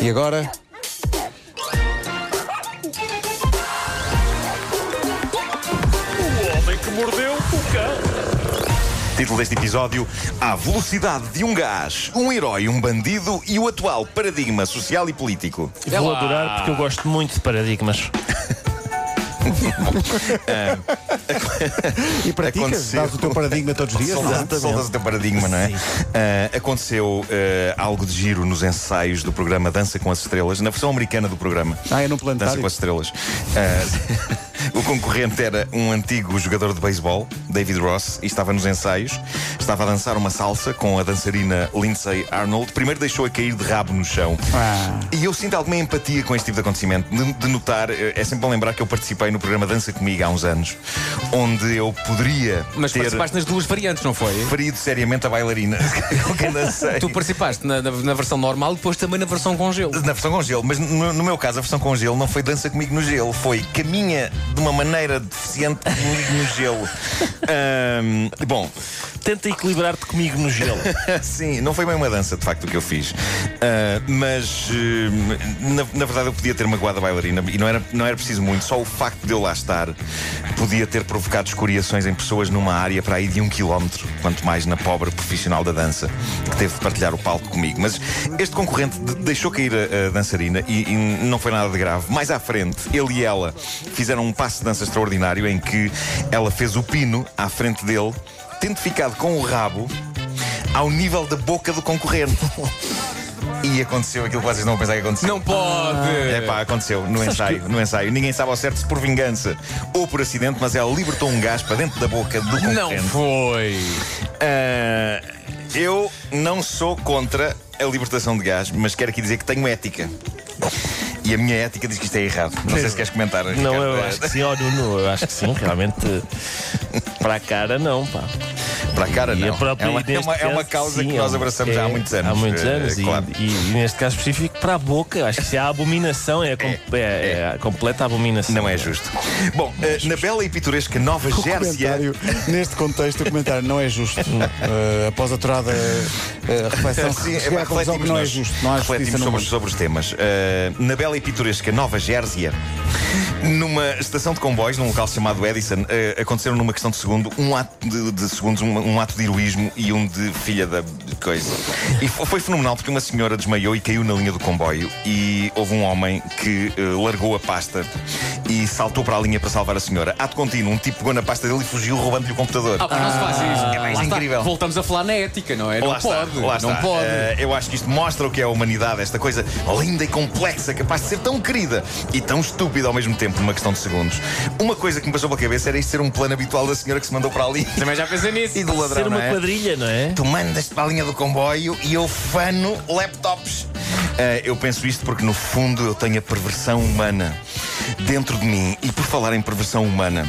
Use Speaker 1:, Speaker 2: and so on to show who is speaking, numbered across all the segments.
Speaker 1: E agora?
Speaker 2: O homem que mordeu o cão.
Speaker 3: Título deste episódio: A Velocidade de um Gás, um Herói, um Bandido e o Atual Paradigma Social e Político.
Speaker 4: Vou adorar porque eu gosto muito de paradigmas.
Speaker 1: E
Speaker 5: É
Speaker 1: praticas?
Speaker 3: Aconteceu.
Speaker 1: Dás o teu paradigma todos os dias? não é?
Speaker 3: Solta- Solta-se o teu paradigma, não é? Ah, aconteceu ah, algo de giro nos ensaios do programa Dança com as Estrelas, na versão americana do programa.
Speaker 1: Ah, é no
Speaker 3: Dança
Speaker 1: planetário?
Speaker 3: com as Estrelas. Ah, o concorrente era um antigo jogador de beisebol, David Ross, e estava nos ensaios. Estava a dançar uma salsa com a dançarina Lindsay Arnold. Primeiro deixou-a cair de rabo no chão.
Speaker 1: Ah.
Speaker 3: E eu sinto alguma empatia com este tipo de acontecimento. De, de notar, eh, é sempre bom lembrar que eu participei no programa Dança Comigo há uns anos, onde eu poderia
Speaker 5: Mas
Speaker 3: ter
Speaker 5: participaste nas duas variantes, não foi?
Speaker 3: ferido seriamente a bailarina com quem dancei.
Speaker 5: Tu participaste na, na- na versão normal e depois também na versão com gelo.
Speaker 3: Na versão com gelo, mas no, no meu caso a versão com gelo não foi dança comigo no gelo, foi caminha de uma maneira deficiente comigo no gelo. Ahm, bom,
Speaker 4: Tenta equilibrar-te comigo no gelo.
Speaker 3: Sim, não foi bem uma dança, de facto, o que eu fiz. Ah, mas eh, na, na verdade eu podia ter magoado a bailarina e não era, não era preciso muito, só o facto de eu lá estar podia ter provocado escoriações em pessoas numa área para aí de um quilómetro, quanto mais na pobre profissional da dança que teve de partilhar o palco comigo. Mas este concorrente de- deixou cair a, a dançarina e, e não foi nada de grave. Mais à frente, ele e ela fizeram um passo de dança extraordinário em que ela fez o pino à frente dele, tendo ficado com o rabo ao nível da boca do concorrente. E aconteceu aquilo que vocês não vão pensar que aconteceu.
Speaker 5: Não pode!
Speaker 3: É pá, aconteceu no ensaio, no ensaio. Ninguém sabe ao certo se por vingança ou por acidente, mas ela libertou um gás para dentro da boca do concorrente.
Speaker 5: não foi!
Speaker 3: Ah, eu não sou contra a libertação de gás, mas quero aqui dizer que tenho ética. E a minha ética diz que isto é errado. Não sei se queres comentar.
Speaker 4: Não,
Speaker 3: Ricardo.
Speaker 4: eu acho que sim, ó Nuno, eu acho que sim, realmente. Para a cara, não, pá.
Speaker 3: Para a cara,
Speaker 4: E
Speaker 3: não.
Speaker 4: a própria,
Speaker 3: é, uma,
Speaker 4: e
Speaker 3: é,
Speaker 4: neste
Speaker 3: uma, é uma
Speaker 4: caso,
Speaker 3: causa
Speaker 4: sim,
Speaker 3: que
Speaker 4: é
Speaker 3: nós
Speaker 4: uma-
Speaker 3: abraçamos já há
Speaker 4: é,
Speaker 3: muitos anos.
Speaker 4: Há muitos
Speaker 3: eh,
Speaker 4: anos, e,
Speaker 3: claro.
Speaker 4: e- e neste caso específico, para a boca, acho que se há abominação, é, com- é- é a completa abominação.
Speaker 3: Não é justo. Bom, eh, na bela e pitoresca Nova
Speaker 1: O
Speaker 3: Gércia.
Speaker 1: comentário, neste contexto, o comentário não é justo. Eh, após a torada eh, reflexão,
Speaker 3: Sim,
Speaker 1: cheguei
Speaker 3: pá,
Speaker 1: à conclusão que
Speaker 3: refletimos
Speaker 1: não é
Speaker 3: nós.
Speaker 1: justo. Não há justiça
Speaker 3: Refletimos
Speaker 1: no
Speaker 3: sobre,
Speaker 1: mundo.
Speaker 3: sobre os temas. Eh, na bela e pitoresca Nova Gérsia, numa estação de comboios, num local chamado Edison, eh, aconteceram numa questão de segundo um ato de, de segundos, um, um ato de heroísmo e um de filha da coisa. E fo- foi fenomenal porque uma senhora desmaiou e caiu na linha do comboio e houve um homem que eh, largou a pasta e saltou para a linha para salvar a senhora. Ato contínuo, um tipo pegou na pasta dele e fugiu roubando-lhe o computador.
Speaker 5: Ah, mas não se faz isso.
Speaker 3: é mais
Speaker 5: Lá está.
Speaker 3: incrível.
Speaker 5: Voltamos a falar na ética, não é?
Speaker 3: Lá
Speaker 5: não
Speaker 3: está,
Speaker 5: pode.
Speaker 3: lá
Speaker 5: não
Speaker 3: está.
Speaker 5: pode.
Speaker 3: Eh, eu acho que isto mostra o que é a humanidade, esta coisa linda e complexa, capaz de ser tão querida e tão estúpida ao mesmo tempo, numa questão de segundos. Uma coisa que me passou pela cabeça era isto ser um plano habitual da senhora que se mandou para ali
Speaker 5: Também já pensei nisso.
Speaker 3: e do ladrão.
Speaker 4: Ser uma
Speaker 3: não é?
Speaker 4: quadrilha, não é?
Speaker 3: Tu mandas-te para a linha do comboio e eu fano laptops. Ah, eu penso isto porque, no fundo, eu tenho a perversão humana dentro de mim. E por falar em perversão humana.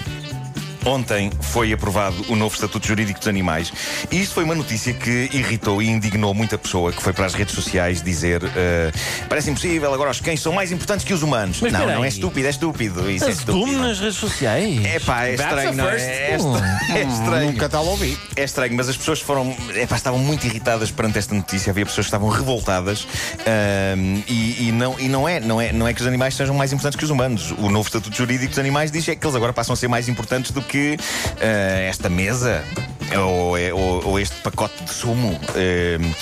Speaker 3: Ontem foi aprovado o novo Estatuto Jurídico dos Animais e isto foi uma notícia que irritou e indignou muita pessoa que foi para as redes sociais dizer ah, parece impossível, agora os cães são mais importantes que os humanos.
Speaker 4: Mas
Speaker 3: não,
Speaker 4: espera
Speaker 3: não é
Speaker 4: aí.
Speaker 3: estúpido, é estúpido. Isso é
Speaker 4: Azedume
Speaker 3: estúpido.
Speaker 4: nas redes sociais.
Speaker 3: É pá, é
Speaker 5: That's
Speaker 3: estranho,
Speaker 5: a
Speaker 3: não é?
Speaker 5: first. Hum.
Speaker 3: É est- é estranho.
Speaker 1: Nunca tal ouvi.
Speaker 3: É estranho, mas as pessoas foram. epá, estavam muito irritadas perante esta notícia. Havia pessoas que estavam revoltadas. ahm, e e, não, e não, é, não, é, não é que os animais sejam mais importantes que os humanos. O novo Estatuto Jurídico dos Animais diz é que eles agora passam a ser mais importantes do que ah, esta mesa. Ou, é- ou- ou este pacote de sumo. Ahm,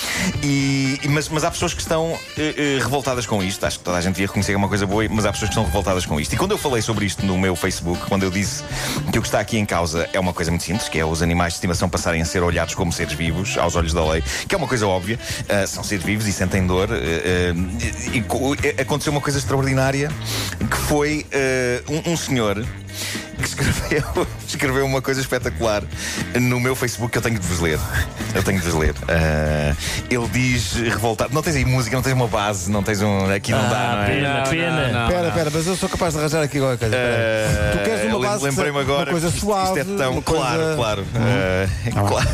Speaker 3: e, e- mas, mas há pessoas que estão eh, eh, revoltadas com isto. Acho que toda a gente devia reconhecer que é uma coisa boa, mas há pessoas que estão revoltadas com isto. E quando eu falei sobre isto no meu Facebook, quando eu disse que o que está aqui em causa é uma coisa muito simples, que é os animais de estimação passarem a ser olhados como seres vivos, aos olhos da lei, que é uma coisa óbvia, ah, são seres vivos e sentem dor. ah, ah, e, co- e aconteceu uma coisa extraordinária que foi ah, um- um senhor que escreveu, escreveu uma coisa espetacular no meu Facebook que eu tenho de vos ler. Eu tenho de vos ler. Ah, ele diz revoltado. Não tens aí música, não tens uma base, não tens um. Aqui não dá,
Speaker 4: Ah,
Speaker 3: não é?
Speaker 4: pena,
Speaker 5: Não,
Speaker 4: pena.
Speaker 5: não, não.
Speaker 1: Espera, espera, mas eu sou capaz de arranjar aqui qualquer coisa. espera aí.
Speaker 3: Ah,
Speaker 1: tu queres uma
Speaker 3: ele
Speaker 1: quase que
Speaker 3: lembrei-me
Speaker 1: se-
Speaker 3: agora.
Speaker 1: uma coisa
Speaker 3: que isto-
Speaker 1: suave,
Speaker 3: Isto é tão
Speaker 1: uma
Speaker 3: claro,
Speaker 1: coisa- Uhum.
Speaker 3: claro. Eh, claro.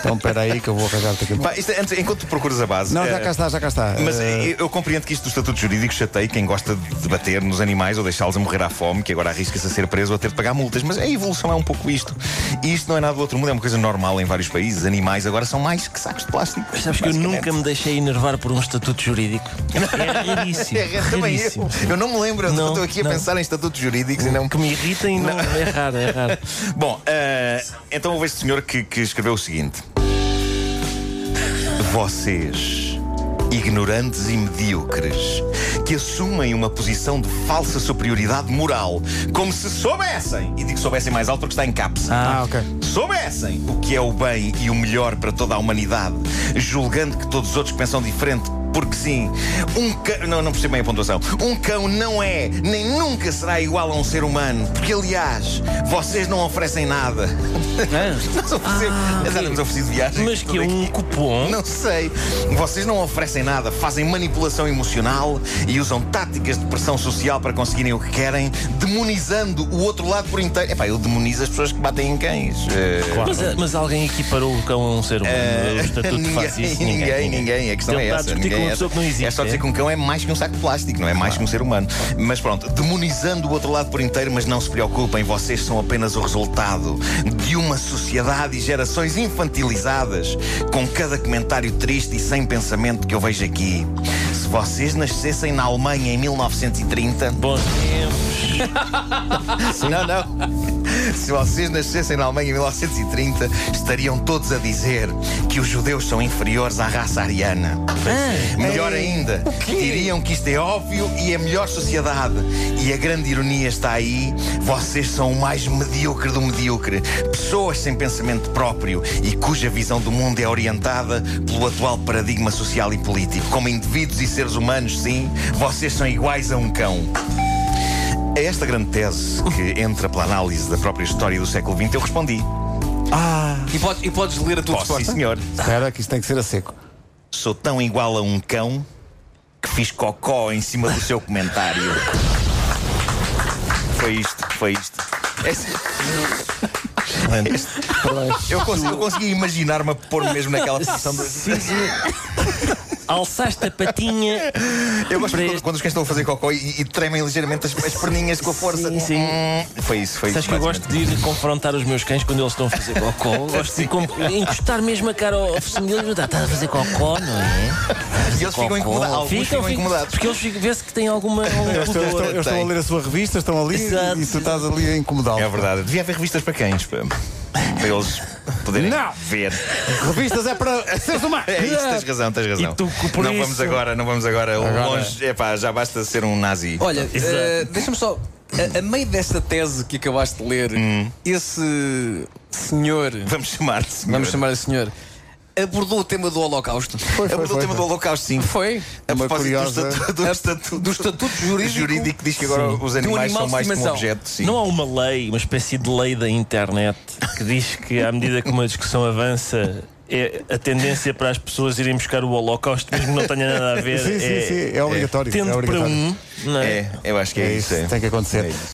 Speaker 1: Então espera aí que eu vou arranjar-te aqui. um
Speaker 3: Pá, isto é- antes, enquanto tu procuras a base.
Speaker 1: Não,
Speaker 3: eh,
Speaker 1: já cá está, já cá está.
Speaker 3: Mas
Speaker 1: Eh,
Speaker 3: eu, eu compreendo que isto do estatuto jurídico chateia quem gosta de debater nos animais ou deixá-los a morrer à fome, que agora arrisca-se a ser preso ou a ter de pagar multas. Mas a evolução é um pouco isto. E isto não é nada do outro mundo, é uma coisa normal em vários países. Animais agora são mais que sacos de plástico.
Speaker 4: Sabes que eu nunca me deixei enervar por um estatuto jurídico. É raríssimo.
Speaker 3: É, também eu.
Speaker 4: raríssimo.
Speaker 3: Eu não me lembro, eu
Speaker 4: Não,
Speaker 3: estou aqui a
Speaker 4: não.
Speaker 3: pensar em estatutos jurídicos e não.
Speaker 4: Que me irritem, não. É raro, é raro.
Speaker 3: Bom, eh, então houve este senhor que, que escreveu o seguinte: Vocês, ignorantes e medíocres, que assumem uma posição de falsa superioridade moral, como se soubessem, e digo soubessem mais alto porque está em caps.
Speaker 1: Ah, ok.
Speaker 3: Soubessem o que é o bem e o melhor para toda a humanidade, julgando que todos os outros pensam diferente, porque sim, um cão. Não, não percebo bem a pontuação. Um cão não é, nem nunca será igual a um ser humano, porque aliás, vocês não oferecem nada. Nós oferecemos. Nós éramos oferecido viagens.
Speaker 4: É. Ah, Mas que é
Speaker 3: tudo
Speaker 4: um cupom.
Speaker 3: não sei. Vocês não oferecem nada, fazem manipulação emocional e usam táticas de pressão social para conseguirem o que querem, demonizando o outro lado por inteiro. Epá, eu demonizo as pessoas que batem em cães. Eh,
Speaker 4: Mas, mas alguém aqui parou o cão a um ser humano.
Speaker 3: eh,
Speaker 4: o estatuto faz isso.
Speaker 3: ninguém, ninguém, ninguém. A questão
Speaker 4: Ele
Speaker 3: é
Speaker 4: está a
Speaker 3: essa.
Speaker 4: discutir
Speaker 3: ninguém
Speaker 4: com uma
Speaker 3: é
Speaker 4: pessoa que não existe,
Speaker 3: É só dizer
Speaker 4: é?
Speaker 3: que um cão é mais que um saco de plástico, não é mais que um ser humano. Mas pronto, demonizando o outro lado por inteiro, mas não se preocupem, vocês são apenas o resultado de uma sociedade e gerações infantilizadas, com cada comentário triste e sem pensamento que eu vejo aqui. Se vocês nascessem na Alemanha em 1930.
Speaker 4: Bom,
Speaker 3: Não, não. Se vocês nascessem na Alemanha em 1930, estariam todos a dizer que os judeus são inferiores à raça ariana. Melhor ainda, diriam que isto é óbvio e a melhor sociedade. E a grande ironia está aí: vocês são o mais medíocre do medíocre. Pessoas sem pensamento próprio e cuja visão do mundo é orientada pelo atual paradigma social e político. Como indivíduos e seres humanos, sim, vocês são iguais a um cão. A É esta grande tese que entra pela análise da própria história do século XX, eu respondi.
Speaker 5: E podes, e podes ler a tua
Speaker 3: Posso, sim,
Speaker 5: resposta?
Speaker 3: senhor.
Speaker 1: Espera, que isto tem que ser a seco.
Speaker 3: Sou tão igual a um cão que fiz cocó em cima do seu comentário. foi isto, foi isto. É Esse- Este- eu, consegui, eu consegui imaginar-me a pôr mesmo naquela posição. De...
Speaker 4: alçaste a patinha.
Speaker 3: Eu gosto quando, quando os cães estão a fazer cocó e, e tremem ligeiramente as, as perninhas com a força.
Speaker 4: Sim, sim.
Speaker 3: Hum, foi isso, foi
Speaker 4: Sabes
Speaker 3: isso.
Speaker 4: que eu
Speaker 3: basicamente.
Speaker 4: gosto de ir confrontar os meus cães quando eles estão a fazer cocó. Eu Gosto de com- encostar mesmo a cara ao focinho deles e perguntar: estás a fazer cocó, não é?
Speaker 3: E eles ficam incomodados. Alguns ficam, incomodados.
Speaker 4: Porque eles ficam- vê-se que têm alguma. algum
Speaker 1: Eu estou, Então, eu estou-
Speaker 4: pudor.
Speaker 1: eu estou a
Speaker 3: tem.
Speaker 1: ler a sua revista, estão ali
Speaker 4: Exato.
Speaker 1: e tu estás ali a incomodá-lo.
Speaker 3: É verdade. Devia haver revistas para cães, para, para eles poderem
Speaker 1: Não.
Speaker 3: ver.
Speaker 1: Revistas é para seres humanos.
Speaker 3: É isso, tens razão, tens razão.
Speaker 4: E tu, por
Speaker 3: não
Speaker 4: isso-
Speaker 3: vamos agora, não vamos agora, longe. Epá, já basta ser um nazi.
Speaker 5: Olha, eh, deixa-me só. A, a meio desta tese que acabaste de ler,
Speaker 3: Hum.
Speaker 5: esse senhor,
Speaker 3: Vamos chamar-te. senhor.
Speaker 5: vamos chamar a senhor, abordou o tema do Holocausto.
Speaker 1: Foi,
Speaker 3: Abordou É o tema do Holocausto, sim.
Speaker 5: Foi?
Speaker 3: A
Speaker 1: Uma
Speaker 3: propósito
Speaker 1: curiosa-
Speaker 3: do estatuto, É do
Speaker 5: A-
Speaker 3: estatuto,
Speaker 5: do estatuto jurídico-
Speaker 3: jurídico que diz que agora os animais
Speaker 5: animal
Speaker 3: são
Speaker 5: de
Speaker 3: mais que um
Speaker 5: estimação.
Speaker 3: objeto. Sim.
Speaker 4: Não há uma lei, uma espécie de lei da internet que diz que à medida que uma discussão avança. É a tendência para as pessoas irem buscar o Holocausto, mesmo que não tenha nada a ver.
Speaker 1: Sim, sim,
Speaker 4: é,
Speaker 1: sim, é obrigatório.
Speaker 4: Tende
Speaker 1: é
Speaker 4: para
Speaker 1: obrigatório.
Speaker 4: um, não é?
Speaker 3: É, eu acho que é,
Speaker 1: É
Speaker 3: isso.
Speaker 1: isso,
Speaker 3: é.
Speaker 1: tem que
Speaker 3: É
Speaker 1: acontecer.
Speaker 3: isso.